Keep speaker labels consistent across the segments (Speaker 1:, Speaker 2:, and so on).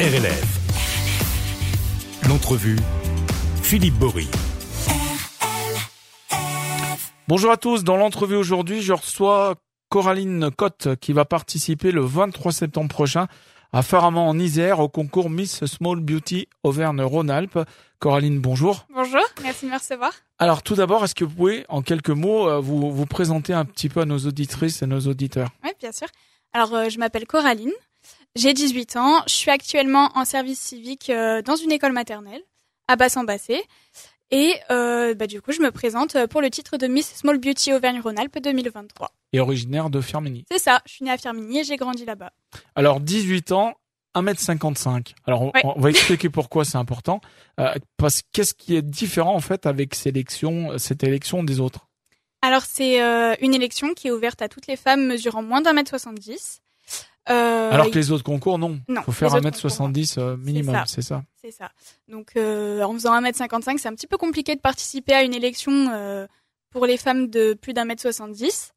Speaker 1: RLF. L'entrevue, Philippe Bory.
Speaker 2: Bonjour à tous. Dans l'entrevue aujourd'hui, je reçois Coraline Cotte qui va participer le 23 septembre prochain à Faramont en Isère au concours Miss Small Beauty Auvergne-Rhône-Alpes. Coraline, bonjour.
Speaker 3: Bonjour, merci de me recevoir.
Speaker 2: Alors tout d'abord, est-ce que vous pouvez en quelques mots euh, vous, vous présenter un petit peu à nos auditrices et nos auditeurs
Speaker 3: Oui, bien sûr. Alors, euh, je m'appelle Coraline, j'ai 18 ans, je suis actuellement en service civique euh, dans une école maternelle à Bassan-Bassé. Et euh, bah, du coup, je me présente euh, pour le titre de Miss Small Beauty Auvergne-Rhône-Alpes 2023.
Speaker 2: Et originaire de Firminy.
Speaker 3: C'est ça, je suis née à Firminy et j'ai grandi là-bas.
Speaker 2: Alors 18 ans, 1m55. Alors on,
Speaker 3: Ouais.
Speaker 2: on va expliquer pourquoi c'est important. Euh, parce qu'est-ce qui est différent en fait avec sélection, cette élection des autres
Speaker 3: Alors, c'est euh, une élection qui est ouverte à toutes les femmes mesurant moins d'un mètre 70. Euh,
Speaker 2: Alors que les autres concours, non.
Speaker 3: Non,
Speaker 2: faut faire
Speaker 3: les autres
Speaker 2: 1m70 euh, minimum,
Speaker 3: ça.
Speaker 2: c'est ça.
Speaker 3: C'est ça. Donc, euh, en faisant 1m55, c'est un petit peu compliqué de participer à une élection euh, pour les femmes de plus d'un mètre 70.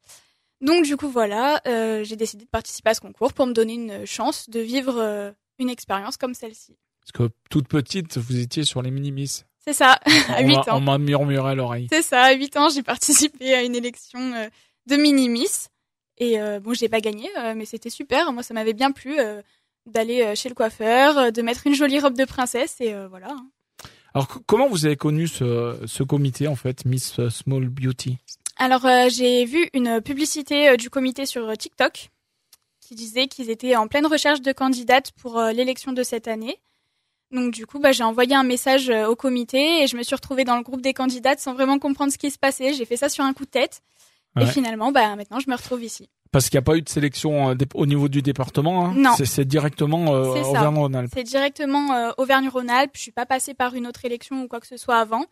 Speaker 3: Donc, du coup, voilà, euh, j'ai décidé de participer à ce concours pour me donner une chance de vivre euh, une expérience comme celle-ci.
Speaker 2: Parce que toute petite, vous étiez sur les minimis.
Speaker 3: C'est ça, à
Speaker 2: on
Speaker 3: 8
Speaker 2: m'a-
Speaker 3: ans.
Speaker 2: on m'a murmuré à l'oreille.
Speaker 3: C'est ça, à 8 ans, j'ai participé à une élection euh, de mini-miss. Et euh, bon, j'ai pas gagné, euh, mais c'était super. Moi, ça m'avait bien plu euh, d'aller euh, chez le coiffeur, euh, de mettre une jolie robe de princesse, et euh, voilà.
Speaker 2: Alors co- comment vous avez connu ce, ce comité en fait, Miss euh, Small Beauty
Speaker 3: Alors, euh, j'ai vu une publicité euh, du comité sur euh, TikTok qui disait qu'ils étaient en pleine recherche de candidates pour euh, l'élection de cette année. Donc, du coup, bah, j'ai envoyé un message euh, au comité et je me suis retrouvée dans le groupe des candidates sans vraiment comprendre ce qui se passait. J'ai fait ça sur un coup de tête. Et
Speaker 2: Ouais.
Speaker 3: finalement, bah, maintenant, je me retrouve ici.
Speaker 2: Parce qu'il n'y a pas eu de sélection euh, dé- au niveau du département. hein.
Speaker 3: Non.
Speaker 2: C'est- C'est directement euh,
Speaker 3: C'est ça.
Speaker 2: Auvergne-Rhône-Alpes.
Speaker 3: C'est directement euh, Auvergne-Rhône-Alpes. Je suis pas passée par une autre élection ou quoi que ce soit avant.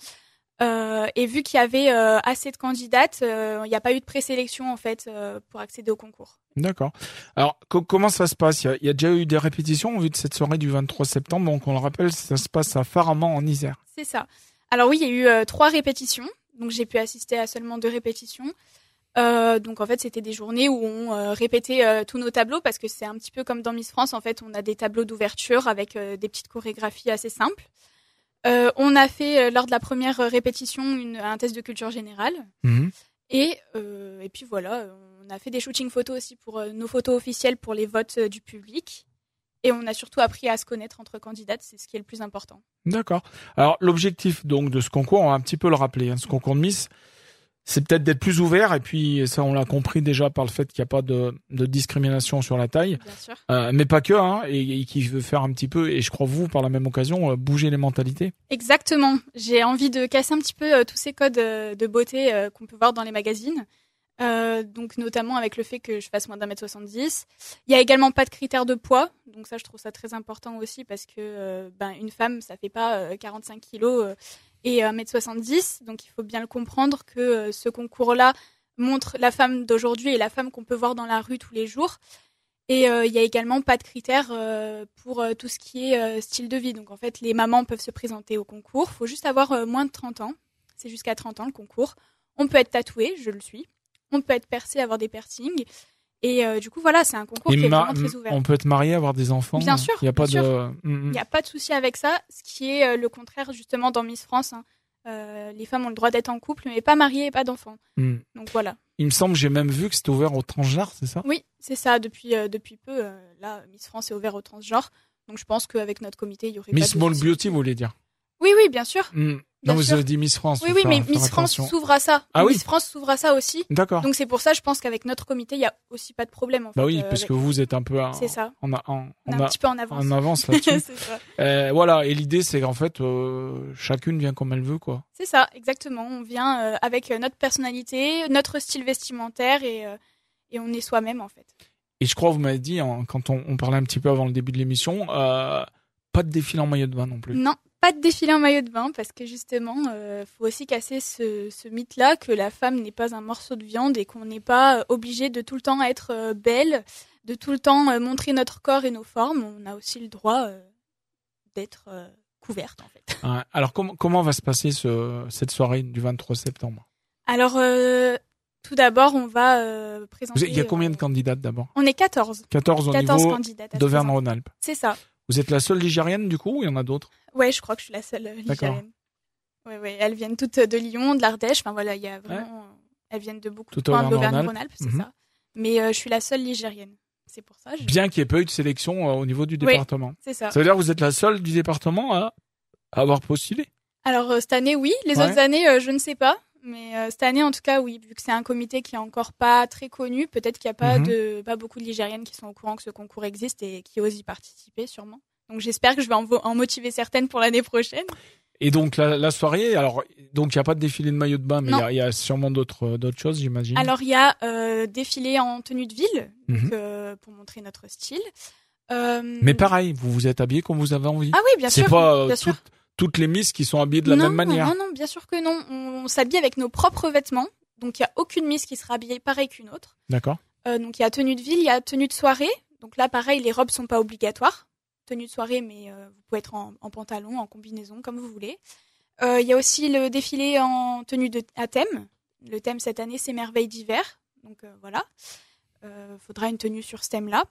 Speaker 3: Euh, et vu qu'il y avait euh, assez de candidates, euh, il n'y a pas eu de présélection en fait euh, pour accéder au concours.
Speaker 2: D'accord. Alors co- comment ça se passe il y, a, il y a déjà eu des répétitions en vue de cette soirée du 23 septembre. Donc on le rappelle, ça se passe à Faramont en Isère.
Speaker 3: C'est ça. Alors oui, il y a eu euh, trois répétitions, donc j'ai pu assister à seulement deux répétitions. Euh, donc en fait, c'était des journées où on euh, répétait euh, tous nos tableaux parce que c'est un petit peu comme dans Miss France. En fait, on a des tableaux d'ouverture avec euh, des petites chorégraphies assez simples. Euh, on a fait euh, lors de la première euh, répétition une- un test de culture générale
Speaker 2: Mhm.
Speaker 3: et euh, et puis voilà, euh, on a fait des shootings photos aussi pour euh, nos photos officielles pour les votes euh, du public. Et on a surtout appris à se connaître entre candidates, c'est ce qui est le plus important.
Speaker 2: D'accord. Alors l'objectif donc de ce concours, on va un petit peu le rappeler, hein, ce concours de Miss, c'est peut-être d'être plus ouvert et puis ça on l'a compris déjà par le fait qu'il n'y a pas de, de discrimination sur la taille,
Speaker 3: Bien sûr.
Speaker 2: Euh, mais pas que, hein, et, et qui veut faire un petit peu, et je crois vous par la même occasion, euh, bouger les mentalités.
Speaker 3: Exactement. J'ai envie de casser un petit peu euh, tous ces codes euh, de beauté euh, qu'on peut voir dans les magazines. Euh, donc notamment avec le fait que je fasse moins d'un mètre 70. Il y a également pas de critères de poids, donc ça je trouve ça très important aussi parce que euh, ben une femme ça fait pas euh, 45 kilos euh, et 1 mètre 70, donc il faut bien le comprendre que euh, ce concours-là montre la femme d'aujourd'hui et la femme qu'on peut voir dans la rue tous les jours. Et euh, il y a également pas de critères euh, pour euh, tout ce qui est euh, style de vie. Donc en fait, les mamans peuvent se présenter au concours. faut juste avoir euh, moins de 30 ans. C'est jusqu'à 30 ans le concours. On peut être tatoué, je le suis. On peut être percé, avoir des piercings. Et euh, du coup, voilà, c'est un concours
Speaker 2: Et
Speaker 3: qui est
Speaker 2: ma-
Speaker 3: vraiment très ouvert.
Speaker 2: on peut être marié, avoir des enfants. hein.
Speaker 3: Bien sûr,
Speaker 2: Il n'y a pas
Speaker 3: bien
Speaker 2: de. Mhm.
Speaker 3: Il n'y a pas de souci avec ça, ce qui est euh, le contraire justement dans Miss France. hein. Euh, les femmes ont le droit d'être en couple, mais pas mariées et pas d'enfants.
Speaker 2: Mhm.
Speaker 3: Donc voilà.
Speaker 2: Il me semble, j'ai même vu que c'était ouvert aux transgenres, c'est ça
Speaker 3: Oui, c'est ça. Depuis, euh, depuis peu, euh, là, Miss France est ouvert au transgenre. Donc je pense qu'avec notre comité, il y aurait
Speaker 2: Miss
Speaker 3: pas de
Speaker 2: Small
Speaker 3: souci.
Speaker 2: Beauty, vous voulez dire
Speaker 3: Oui, oui, bien sûr.
Speaker 2: Mhm.
Speaker 3: Bien
Speaker 2: Non, vous
Speaker 3: sûr.
Speaker 2: avez dit Miss France.
Speaker 3: Oui,
Speaker 2: faut
Speaker 3: oui,
Speaker 2: faire-
Speaker 3: mais
Speaker 2: faire
Speaker 3: Miss France
Speaker 2: attention.
Speaker 3: s'ouvre à ça.
Speaker 2: Ah oui.
Speaker 3: Miss France s'ouvre à ça aussi.
Speaker 2: D'accord.
Speaker 3: Donc c'est pour ça, je pense qu'avec notre comité, il y a aussi pas de problème. En
Speaker 2: Bah
Speaker 3: fait,
Speaker 2: oui,
Speaker 3: euh,
Speaker 2: parce
Speaker 3: avec-
Speaker 2: que vous êtes un peu. à-
Speaker 3: C'est ça.
Speaker 2: On a, en-
Speaker 3: On est
Speaker 2: on
Speaker 3: un
Speaker 2: a-
Speaker 3: petit peu en avance.
Speaker 2: en avance là-dessus.
Speaker 3: c'est ça.
Speaker 2: Euh, voilà, et l'idée c'est qu'en fait, euh, chacune vient comme elle veut, quoi.
Speaker 3: C'est ça, exactement. On vient euh, avec euh, notre personnalité, notre style vestimentaire et, euh, et on est soi-même en fait.
Speaker 2: Et je crois, vous m'avez dit, hein, quand on, on parlait un petit peu avant le début de l'émission, euh, pas de défilé en maillot de bain non plus.
Speaker 3: Non, pas de défilé en maillot de bain parce que justement, euh, faut aussi casser ce, ce mythe-là que la femme n'est pas un morceau de viande et qu'on n'est pas euh, obligé de tout le temps être euh, belle, de tout le temps euh, montrer notre corps et nos formes. On a aussi le droit euh, d'être euh, couverte en fait.
Speaker 2: Hein, alors, com- comment va se passer ce, cette soirée du 23 septembre
Speaker 3: Alors, euh, tout d'abord, on va euh,
Speaker 2: Vous
Speaker 3: présenter.
Speaker 2: avez- Il y a combien de
Speaker 3: euh,
Speaker 2: candidates d'abord
Speaker 3: On est 14.
Speaker 2: 14 au
Speaker 3: 14
Speaker 2: niveau
Speaker 3: candidates à se présenter.
Speaker 2: d'Auvergne-Rhône-Alpes.
Speaker 3: C'est ça.
Speaker 2: Vous êtes la seule ligérienne du coup ou il y en a d'autres
Speaker 3: Ouais, je crois que je suis la seule euh,
Speaker 2: D'accord.
Speaker 3: ligérienne. Ouais, ouais, elles viennent toutes euh, de Lyon, de l'Ardèche. Enfin voilà, il y a vraiment. euh, Elles viennent de beaucoup
Speaker 2: Tout
Speaker 3: de points
Speaker 2: Auvergne-Rhône-Alpes.
Speaker 3: d'Auvergne-Rhône-Alpes, c'est
Speaker 2: Mhm.
Speaker 3: ça. Mais euh, je suis la seule ligérienne. C'est pour ça. je-
Speaker 2: Bien qu'il n'y ait pas eu de sélection euh, au niveau du
Speaker 3: Oui. Ah.
Speaker 2: département.
Speaker 3: C'est ça.
Speaker 2: Ça veut dire que vous êtes la seule du département à avoir postulé.
Speaker 3: Alors euh, cette année, oui. Les
Speaker 2: Ouais.
Speaker 3: autres années, euh, je ne sais pas. Mais euh, cette année, en tout cas, oui. Vu que c'est un comité qui est encore pas très connu, peut-être qu'il n'y a pas
Speaker 2: Mhm.
Speaker 3: de pas beaucoup de Ligériennes qui sont au courant que ce concours existe et qui osent y participer, sûrement. Donc j'espère que je vais en, vo- en motiver certaines pour l'année prochaine.
Speaker 2: Et donc la, la soirée, alors donc il n'y a pas de défilé de maillot de bain, mais il y
Speaker 3: Non.
Speaker 2: a- il y, a sûrement d'autres euh, d'autres choses, j'imagine.
Speaker 3: Alors il y a euh, défilé en tenue de ville
Speaker 2: Mhm.
Speaker 3: donc, euh, pour montrer notre style. Euh,
Speaker 2: Mais pareil, vous vous êtes habillé comme vous avez envie.
Speaker 3: Ah oui, bien
Speaker 2: C'est
Speaker 3: sûr.
Speaker 2: pas euh,
Speaker 3: bien sûr.
Speaker 2: toutes- toutes les misses qui sont habillées de la
Speaker 3: non,
Speaker 2: même manière.
Speaker 3: Non, non, bien sûr que non. On, on s'habille avec nos propres vêtements. Donc il n'y a aucune miss qui sera habillée pareil qu'une autre.
Speaker 2: D'accord.
Speaker 3: Euh, donc il y a tenue de ville, il y a tenue de soirée. Donc là, pareil, les robes sont pas obligatoires. Tenue de soirée, mais euh, vous pouvez être en, en pantalon, en combinaison, comme vous voulez. Euh, il y a aussi le défilé en tenue de, à thème. Le thème cette année, c'est merveilles d'hiver. Donc euh, voilà, Euh, faudra une tenue sur ce thème-là.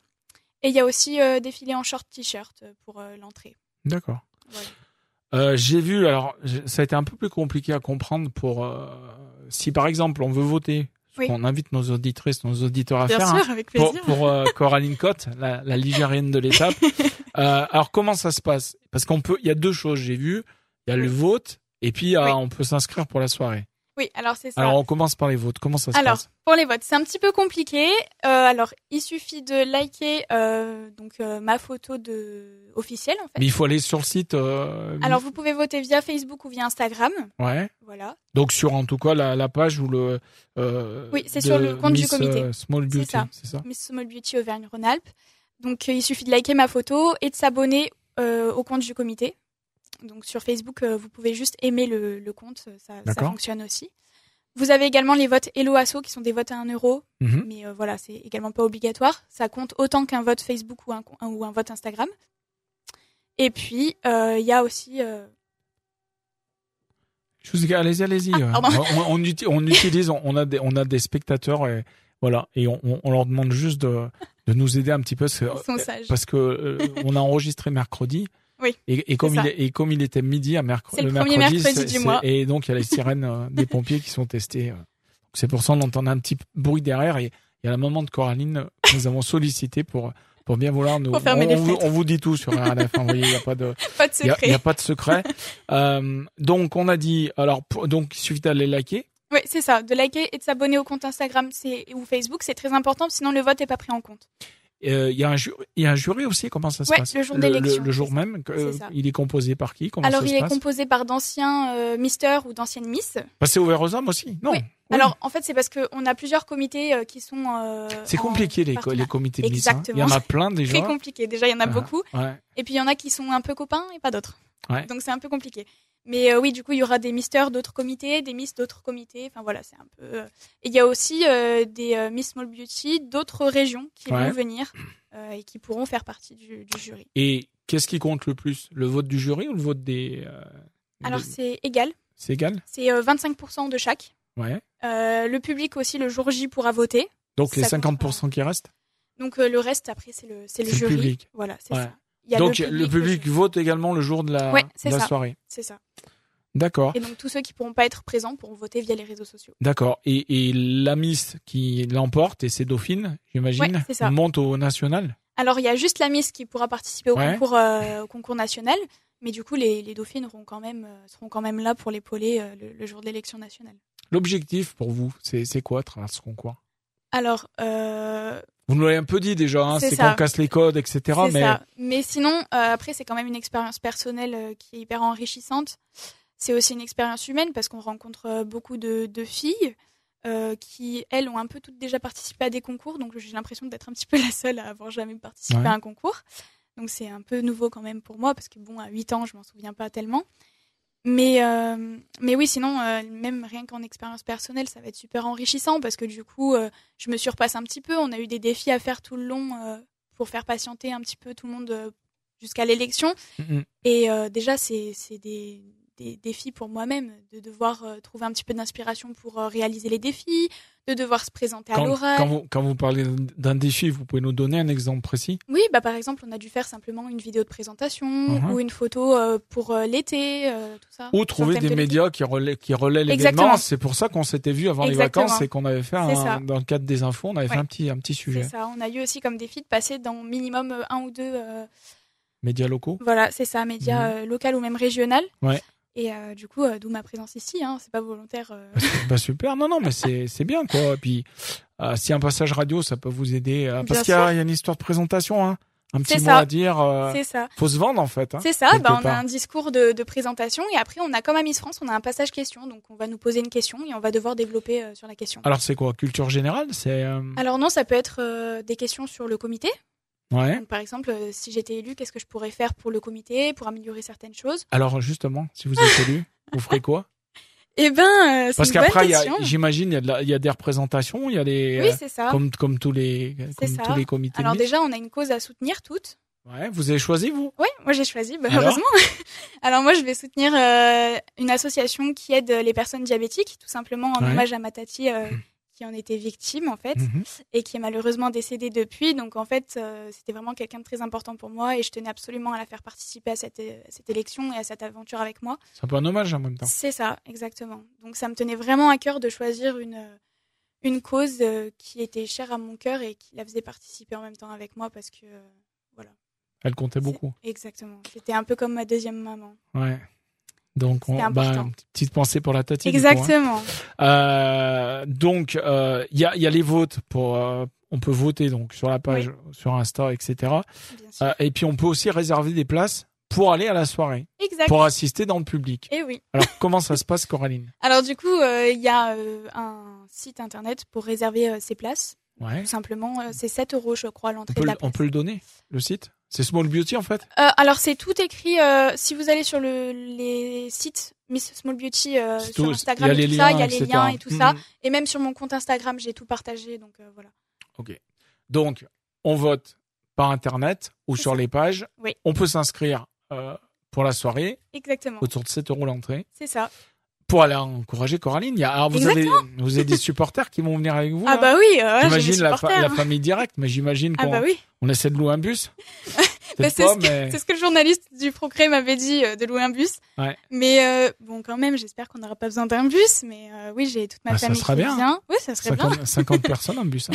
Speaker 3: Et il y a aussi euh, défilé en short t-shirt euh, pour euh, l'entrée.
Speaker 2: D'accord.
Speaker 3: Voilà.
Speaker 2: Euh, j'ai vu, alors j'ai- ça a été un peu plus compliqué à comprendre pour euh, si par exemple on veut voter,
Speaker 3: Oui.
Speaker 2: on invite nos auditrices, nos auditeurs à
Speaker 3: Bien
Speaker 2: faire. hein,
Speaker 3: sûr, avec
Speaker 2: pour,
Speaker 3: plaisir.
Speaker 2: pour euh, Coraline Cotte, la, la ligérienne de l'étape. Euh, alors comment ça se passe Parce qu'on peut, il y a deux choses. J'ai vu, il y a le
Speaker 3: Oui.
Speaker 2: vote et puis il y a-
Speaker 3: Oui.
Speaker 2: on peut s'inscrire pour la soirée.
Speaker 3: Oui, alors c'est ça.
Speaker 2: Alors on commence par les votes. Comment ça se
Speaker 3: Alors,
Speaker 2: passe
Speaker 3: pour les votes, c'est un petit peu compliqué. Euh, alors, il suffit de liker euh, donc euh, ma photo de officielle en fait.
Speaker 2: Mais il faut aller sur le site. euh,
Speaker 3: Alors, vous pouvez voter via Facebook ou via Instagram.
Speaker 2: ouais.
Speaker 3: Voilà,
Speaker 2: Donc sur en tout cas la, la page ou le. euh,
Speaker 3: Oui, c'est
Speaker 2: de
Speaker 3: sur le compte du
Speaker 2: Miss,
Speaker 3: comité.
Speaker 2: euh, Small Beauty,
Speaker 3: ça.
Speaker 2: c'est ça.
Speaker 3: Miss Small Beauty Auvergne-Rhône-Alpes. Donc, euh, il suffit de liker ma photo et de s'abonner euh, au compte du comité. Donc, sur Facebook, euh, vous pouvez juste aimer le, le compte, euh, ça, ça
Speaker 2: D'accord.
Speaker 3: fonctionne aussi. Vous avez également les votes Hello Asso qui sont des votes à 1 euro,
Speaker 2: Mhm.
Speaker 3: mais euh, voilà, c'est également pas obligatoire. Ça compte autant qu'un vote Facebook ou un, co- un- ou un vote Instagram. Et puis, euh, il y a aussi. euh,
Speaker 2: Je vous dis, allez-y, allez-y.
Speaker 3: Ah,
Speaker 2: Euh,
Speaker 3: pardon.
Speaker 2: on, on uti- on utilise, on- on a des, on a des spectateurs et voilà, et on, on- on leur demande juste de, de nous aider un petit peu parce que,
Speaker 3: Ils sont sages.
Speaker 2: parce que euh, on a enregistré mercredi.
Speaker 3: Oui,
Speaker 2: Et, et comme il
Speaker 3: c'est ça.
Speaker 2: est- et comme il était midi à mercredi,
Speaker 3: C'est le premier mercredi du mois.
Speaker 2: et donc il y a les sirènes euh, des pompiers qui sont testées. euh. Donc, C'est pour ça on entend un petit bruit derrière et il y a la maman de Coraline euh, que nous avons sollicité pour pour bien vouloir nous.
Speaker 3: Pour fermer
Speaker 2: on,
Speaker 3: les
Speaker 2: on vous,
Speaker 3: fenêtres.
Speaker 2: on vous dit tout sur RLF. hein, vous voyez, il n'y a pas de.
Speaker 3: Pas de
Speaker 2: Il n'y a,
Speaker 3: secret.
Speaker 2: y a pas de secret. Euh, donc, on a dit, alors, pour- donc, il suffit d'aller liker.
Speaker 3: Oui, c'est ça. De liker et de s'abonner au compte Instagram c'est- ou Facebook, c'est très important, sinon le vote n'est pas pris en compte.
Speaker 2: Euh, Il y, a un ju- il y a un jury aussi, comment ça se
Speaker 3: Ouais,
Speaker 2: passe
Speaker 3: le jour
Speaker 2: le,
Speaker 3: d'élection,
Speaker 2: le jour
Speaker 3: c'est
Speaker 2: même, que- euh,
Speaker 3: c'est ça.
Speaker 2: il est composé par qui Comment
Speaker 3: Alors,
Speaker 2: ça
Speaker 3: il
Speaker 2: se
Speaker 3: est
Speaker 2: passe
Speaker 3: composé par d'anciens euh, Mister ou d'anciennes Miss.
Speaker 2: Bah, C'est ouvert aux hommes aussi Non.
Speaker 3: Oui. Alors, en fait, c'est parce qu'on a plusieurs comités euh, qui sont. euh,
Speaker 2: C'est
Speaker 3: en
Speaker 2: compliqué, les, co- les
Speaker 3: partenariat.
Speaker 2: comités de lice. hein. Il y en a plein déjà.
Speaker 3: Très compliqué. Déjà, il y en a
Speaker 2: Ah,
Speaker 3: beaucoup.
Speaker 2: ouais.
Speaker 3: Et puis, il y en a qui sont un peu copains et pas d'autres.
Speaker 2: Ouais.
Speaker 3: Donc, c'est un peu compliqué. Mais euh, oui, du coup, il y aura des misters d'autres comités, des miss d'autres comités. Enfin, voilà, c'est un peu. euh, Et il y a aussi euh, des euh, Miss Small Beauty d'autres régions qui
Speaker 2: Ouais.
Speaker 3: vont venir euh, et qui pourront faire partie du, du jury.
Speaker 2: Et qu'est-ce qui compte le plus Le vote du jury ou le vote des. euh,
Speaker 3: Alors,
Speaker 2: des-
Speaker 3: c'est égal.
Speaker 2: c'est égal
Speaker 3: C'est euh, 25% de chaque.
Speaker 2: Ouais.
Speaker 3: Euh, le public aussi, le jour J, pourra voter.
Speaker 2: Donc, les
Speaker 3: Ça compte
Speaker 2: 50% qui restent
Speaker 3: Donc, euh, le reste, après, c'est le, c'est le
Speaker 2: C'est le
Speaker 3: jury.
Speaker 2: public.
Speaker 3: Voilà, c'est
Speaker 2: Ouais.
Speaker 3: ça. Il y a
Speaker 2: Donc,
Speaker 3: le public, le jury.
Speaker 2: vote également le jour de la,
Speaker 3: Ouais,
Speaker 2: de
Speaker 3: c'est
Speaker 2: la
Speaker 3: ça.
Speaker 2: soirée.
Speaker 3: C'est ça.
Speaker 2: D'accord.
Speaker 3: Et donc, tous ceux qui pourront pas être présents pourront voter via les réseaux sociaux.
Speaker 2: D'accord. Et, et la Miss qui l'emporte, et c'est Dauphine, j'imagine,
Speaker 3: Ouais, c'est ça.
Speaker 2: monte au national.
Speaker 3: Alors, il y a juste la Miss qui pourra participer au,
Speaker 2: Ouais.
Speaker 3: concours, euh, au concours national, mais du coup, les, les dauphines auront quand même, euh, seront quand même là pour l'épauler euh, le, le jour de l'élection nationale.
Speaker 2: L'objectif pour vous, c'est c'est quoi à travers ce concours
Speaker 3: Alors, euh,
Speaker 2: Vous nous l'avez un peu dit déjà, hein,
Speaker 3: C'est
Speaker 2: c'est
Speaker 3: ça.
Speaker 2: qu'on casse les codes, etc.
Speaker 3: c'est
Speaker 2: mais
Speaker 3: ça. Mais sinon, euh, après, c'est quand même une expérience personnelle euh, qui est hyper enrichissante. C'est aussi une expérience humaine parce qu'on rencontre euh, beaucoup de, de filles euh, qui, elles, ont un peu toutes déjà participé à des concours. Donc, j'ai l'impression d'être un petit peu la seule à avoir jamais participé
Speaker 2: Ouais.
Speaker 3: à un concours. Donc, c'est un peu nouveau quand même pour moi parce que, bon, à 8 ans, je m'en souviens pas tellement. Mais, euh, mais oui, sinon, euh, même rien qu'en expérience personnelle, ça va être super enrichissant parce que du coup, euh, je me surpasse un petit peu. On a eu des défis à faire tout le long euh, pour faire patienter un petit peu tout le monde euh, jusqu'à l'élection.
Speaker 2: Mhm.
Speaker 3: Et euh, déjà, c'est c'est des, des défis pour moi-même, de devoir euh, trouver un petit peu d'inspiration pour euh, réaliser les défis, de devoir se présenter à
Speaker 2: Quand,
Speaker 3: l'oral.
Speaker 2: quand vous, quand vous parlez d'un défi, vous pouvez nous donner un exemple précis
Speaker 3: Oui, bah par exemple, on a dû faire simplement une vidéo de présentation
Speaker 2: Mhm.
Speaker 3: ou une photo euh, pour euh, l'été, euh, tout ça.
Speaker 2: Ou
Speaker 3: sur le
Speaker 2: trouver
Speaker 3: thème
Speaker 2: des
Speaker 3: de l'été.
Speaker 2: médias qui relaient, qui relaient l'événement.
Speaker 3: Exactement.
Speaker 2: C'est pour ça qu'on s'était vu avant
Speaker 3: Exactement.
Speaker 2: les vacances et qu'on avait fait, un-
Speaker 3: C'est ça.
Speaker 2: dans le cadre des infos, on avait fait
Speaker 3: Ouais.
Speaker 2: un petit, un petit sujet.
Speaker 3: C'est ça. On a eu aussi comme défi de passer dans minimum euh, un ou deux, euh,
Speaker 2: Médias locaux.
Speaker 3: voilà, c'est ça, médias euh, local ou même régional.
Speaker 2: Mhm. Ouais.
Speaker 3: Et euh, du coup, euh, d'où ma présence ici. Hein, c'est pas volontaire. euh.
Speaker 2: Bah, c'est- bah, super, non, non, mais c'est c'est bien quoi. Et puis, euh, si un passage radio, ça peut vous aider. euh, parce
Speaker 3: Bien
Speaker 2: qu'il y, a il y a une histoire de présentation, hein. un petit
Speaker 3: C'est
Speaker 2: mot
Speaker 3: ça.
Speaker 2: à dire. euh,
Speaker 3: C'est ça.
Speaker 2: faut se vendre en fait. Hein.
Speaker 3: C'est ça,
Speaker 2: quelque
Speaker 3: bah, on a
Speaker 2: part.
Speaker 3: un discours de, de présentation et après on a comme à Miss France, on a un passage question, donc on va nous poser une question et on va devoir développer euh, sur la question.
Speaker 2: Alors c'est quoi Culture générale C'est euh,
Speaker 3: Alors non, ça peut être euh, des questions sur le comité.
Speaker 2: ouais.
Speaker 3: Donc, par exemple, euh, si j'étais élue, qu'est-ce que je pourrais faire pour le comité, pour améliorer certaines choses
Speaker 2: Alors justement, si vous êtes élu, vous ferez quoi
Speaker 3: Eh ben, euh, c'est
Speaker 2: Parce
Speaker 3: une bonne
Speaker 2: qu'après, il y a-
Speaker 3: question.
Speaker 2: j'imagine, il y, a de la- il y a des représentations, il y a des
Speaker 3: Oui,
Speaker 2: euh,
Speaker 3: c'est ça.
Speaker 2: comme comme tous les
Speaker 3: C'est
Speaker 2: comme
Speaker 3: ça.
Speaker 2: tous les comités.
Speaker 3: Alors
Speaker 2: de Miss.
Speaker 3: déjà, on a une cause à soutenir toutes.
Speaker 2: Ouais, vous avez choisi vous
Speaker 3: Oui, moi j'ai choisi, bah,
Speaker 2: Alors
Speaker 3: heureusement. Alors moi, je vais soutenir euh, une association qui aide les personnes diabétiques, tout simplement en
Speaker 2: Ouais. Hmm.
Speaker 3: hommage à Matati euh, qui en était victime en fait.
Speaker 2: Mhm.
Speaker 3: et qui est malheureusement décédée depuis. Donc en fait, euh, c'était vraiment quelqu'un de très important pour moi et je tenais absolument à la faire participer à cette, euh, cette élection et à cette aventure avec moi.
Speaker 2: C'est un peu un hommage en même temps.
Speaker 3: C'est ça, exactement. Donc ça me tenait vraiment à cœur de choisir une, euh, une cause euh, qui était chère à mon cœur et qui la faisait participer en même temps avec moi parce que... euh,
Speaker 2: Elle comptait beaucoup.
Speaker 3: c'est- Exactement. C'était un peu comme ma deuxième maman.
Speaker 2: Ouais. Donc, on,
Speaker 3: C'était
Speaker 2: bah,
Speaker 3: important.
Speaker 2: petite pensée pour la Tati. du coup, hein.
Speaker 3: Exactement.
Speaker 2: Euh, donc, euh, il y, a, il y a les votes pour. euh, on peut voter donc sur la page, sur Insta, etc.
Speaker 3: Bien sûr.
Speaker 2: Euh, et puis, on peut aussi réserver des places pour aller à la soirée,
Speaker 3: exact.
Speaker 2: pour assister dans le public.
Speaker 3: Et oui.
Speaker 2: Alors, comment ça se passe, Coraline
Speaker 3: Alors du coup, euh, il y a euh, un site internet pour réserver euh, ses places.
Speaker 2: Ouais.
Speaker 3: Tout simplement, euh, c'est 7 euros, je crois,
Speaker 2: On
Speaker 3: l'entrée
Speaker 2: peut,
Speaker 3: de
Speaker 2: le-
Speaker 3: la
Speaker 2: on
Speaker 3: place.
Speaker 2: peut le donner, le site C'est Small Beauty, en fait
Speaker 3: Euh, alors c'est tout écrit. euh, si vous allez sur le, les sites Miss Small Beauty euh,
Speaker 2: C'est
Speaker 3: sur
Speaker 2: tout-
Speaker 3: Instagram, et tout ça, il y a les
Speaker 2: etc..
Speaker 3: liens et tout ça.
Speaker 2: Mhm.
Speaker 3: Et même sur mon compte Instagram, j'ai tout partagé. Donc euh, voilà.
Speaker 2: Ok. Donc, on vote par Internet ou
Speaker 3: C'est
Speaker 2: sur
Speaker 3: ça.
Speaker 2: les pages.
Speaker 3: Oui.
Speaker 2: On peut s'inscrire euh, pour la soirée,
Speaker 3: Exactement.
Speaker 2: autour de 7 euros l'entrée.
Speaker 3: C'est ça.
Speaker 2: pour aller encourager Coraline. Il y a- alors, vous, avez, vous avez des supporters qui vont venir avec vous.
Speaker 3: Ah
Speaker 2: là
Speaker 3: bah oui. Euh, j'ai mes
Speaker 2: J'imagine la, fa-
Speaker 3: supporters,
Speaker 2: la
Speaker 3: hein.
Speaker 2: famille directe, mais j'imagine
Speaker 3: Ah
Speaker 2: qu'on
Speaker 3: bah oui.
Speaker 2: on essaie de louer un bus.
Speaker 3: Bah,
Speaker 2: Peut-être
Speaker 3: c'est
Speaker 2: pas,
Speaker 3: ce, que-
Speaker 2: mais
Speaker 3: c'est ce que le journaliste du Progrès m'avait dit euh, de louer un bus.
Speaker 2: Ouais.
Speaker 3: Mais euh, bon, quand même, j'espère qu'on n'aura pas besoin d'un bus. Mais euh, oui, j'ai toute ma
Speaker 2: Bah, ça
Speaker 3: famille
Speaker 2: sera
Speaker 3: qui
Speaker 2: bien.
Speaker 3: vient. Oui, ça serait bien.
Speaker 2: 50, 50 personnes un bus. hein.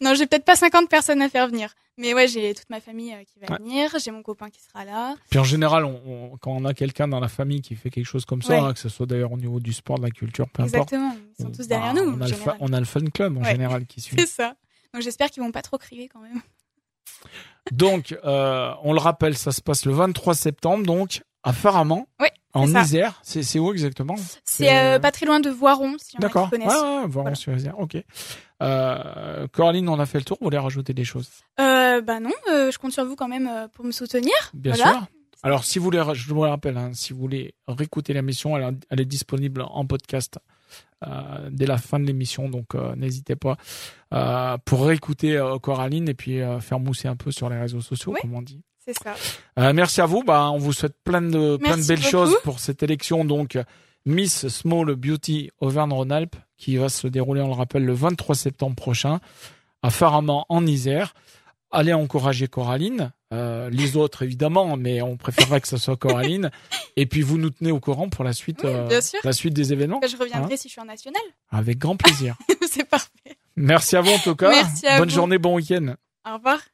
Speaker 3: Non, j'ai peut-être pas 50 personnes à faire venir. Mais ouais, j'ai toute ma famille euh, qui va
Speaker 2: Ouais.
Speaker 3: venir. J'ai mon copain qui sera là.
Speaker 2: Puis en général, on- on- quand on a quelqu'un dans la famille qui fait quelque chose comme ça,
Speaker 3: Ouais.
Speaker 2: hein, que ce soit d'ailleurs au niveau du sport, de la culture, peu importe.
Speaker 3: Exactement, ils sont tous
Speaker 2: bah,
Speaker 3: derrière nous.
Speaker 2: On
Speaker 3: en
Speaker 2: a, le fa-
Speaker 3: général.
Speaker 2: on a le fun club en
Speaker 3: Ouais.
Speaker 2: général qui suit.
Speaker 3: C'est ça. Donc j'espère qu'ils vont pas trop crier quand même.
Speaker 2: Donc, euh, on le rappelle, ça se passe le 23 septembre, donc à Faramand,
Speaker 3: Ouais,
Speaker 2: en
Speaker 3: ça.
Speaker 2: Isère. C'est c'est où exactement
Speaker 3: C'est euh,
Speaker 2: Euh,
Speaker 3: pas très loin de Voiron, si on
Speaker 2: D'accord. Ouais,
Speaker 3: connaissent.
Speaker 2: ouais, voir
Speaker 3: Voilà.
Speaker 2: sur Asia. Ok. Euh, Coraline, on a fait le tour. Vous voulez rajouter des choses
Speaker 3: Euh, bah non, euh, je compte sur vous quand même euh, pour me soutenir.
Speaker 2: Bien
Speaker 3: Voilà.
Speaker 2: sûr. Alors, si vous voulez, je vous le rappelle, hein, si vous voulez réécouter l'émission, elle, elle est disponible en podcast euh, dès la fin de l'émission, donc euh, n'hésitez pas euh, pour réécouter euh, Coraline et puis euh, faire mousser un peu sur les réseaux sociaux,
Speaker 3: Ouais.
Speaker 2: comme on dit.
Speaker 3: C'est ça.
Speaker 2: Euh, merci à vous. Bah, on vous souhaite plein de, plein de
Speaker 3: Merci
Speaker 2: belles
Speaker 3: beaucoup.
Speaker 2: choses pour cette élection. Donc, Miss Small Beauty Auvergne-Rhône-Alpes, qui va se dérouler, on le rappelle, le 23 septembre prochain à Faramand en Isère. Allez encourager Coraline, euh, les autres évidemment, mais on préférerait que ce soit Coraline. Et puis vous nous tenez au courant pour la suite, euh,
Speaker 3: Oui, bien sûr.
Speaker 2: la suite des événements,
Speaker 3: Bah, je reviendrai si je suis en national.
Speaker 2: avec grand plaisir.
Speaker 3: C'est parfait.
Speaker 2: Merci à vous en tout cas.
Speaker 3: Merci à
Speaker 2: Bonne
Speaker 3: vous.
Speaker 2: journée, bon week-end.
Speaker 3: Au revoir.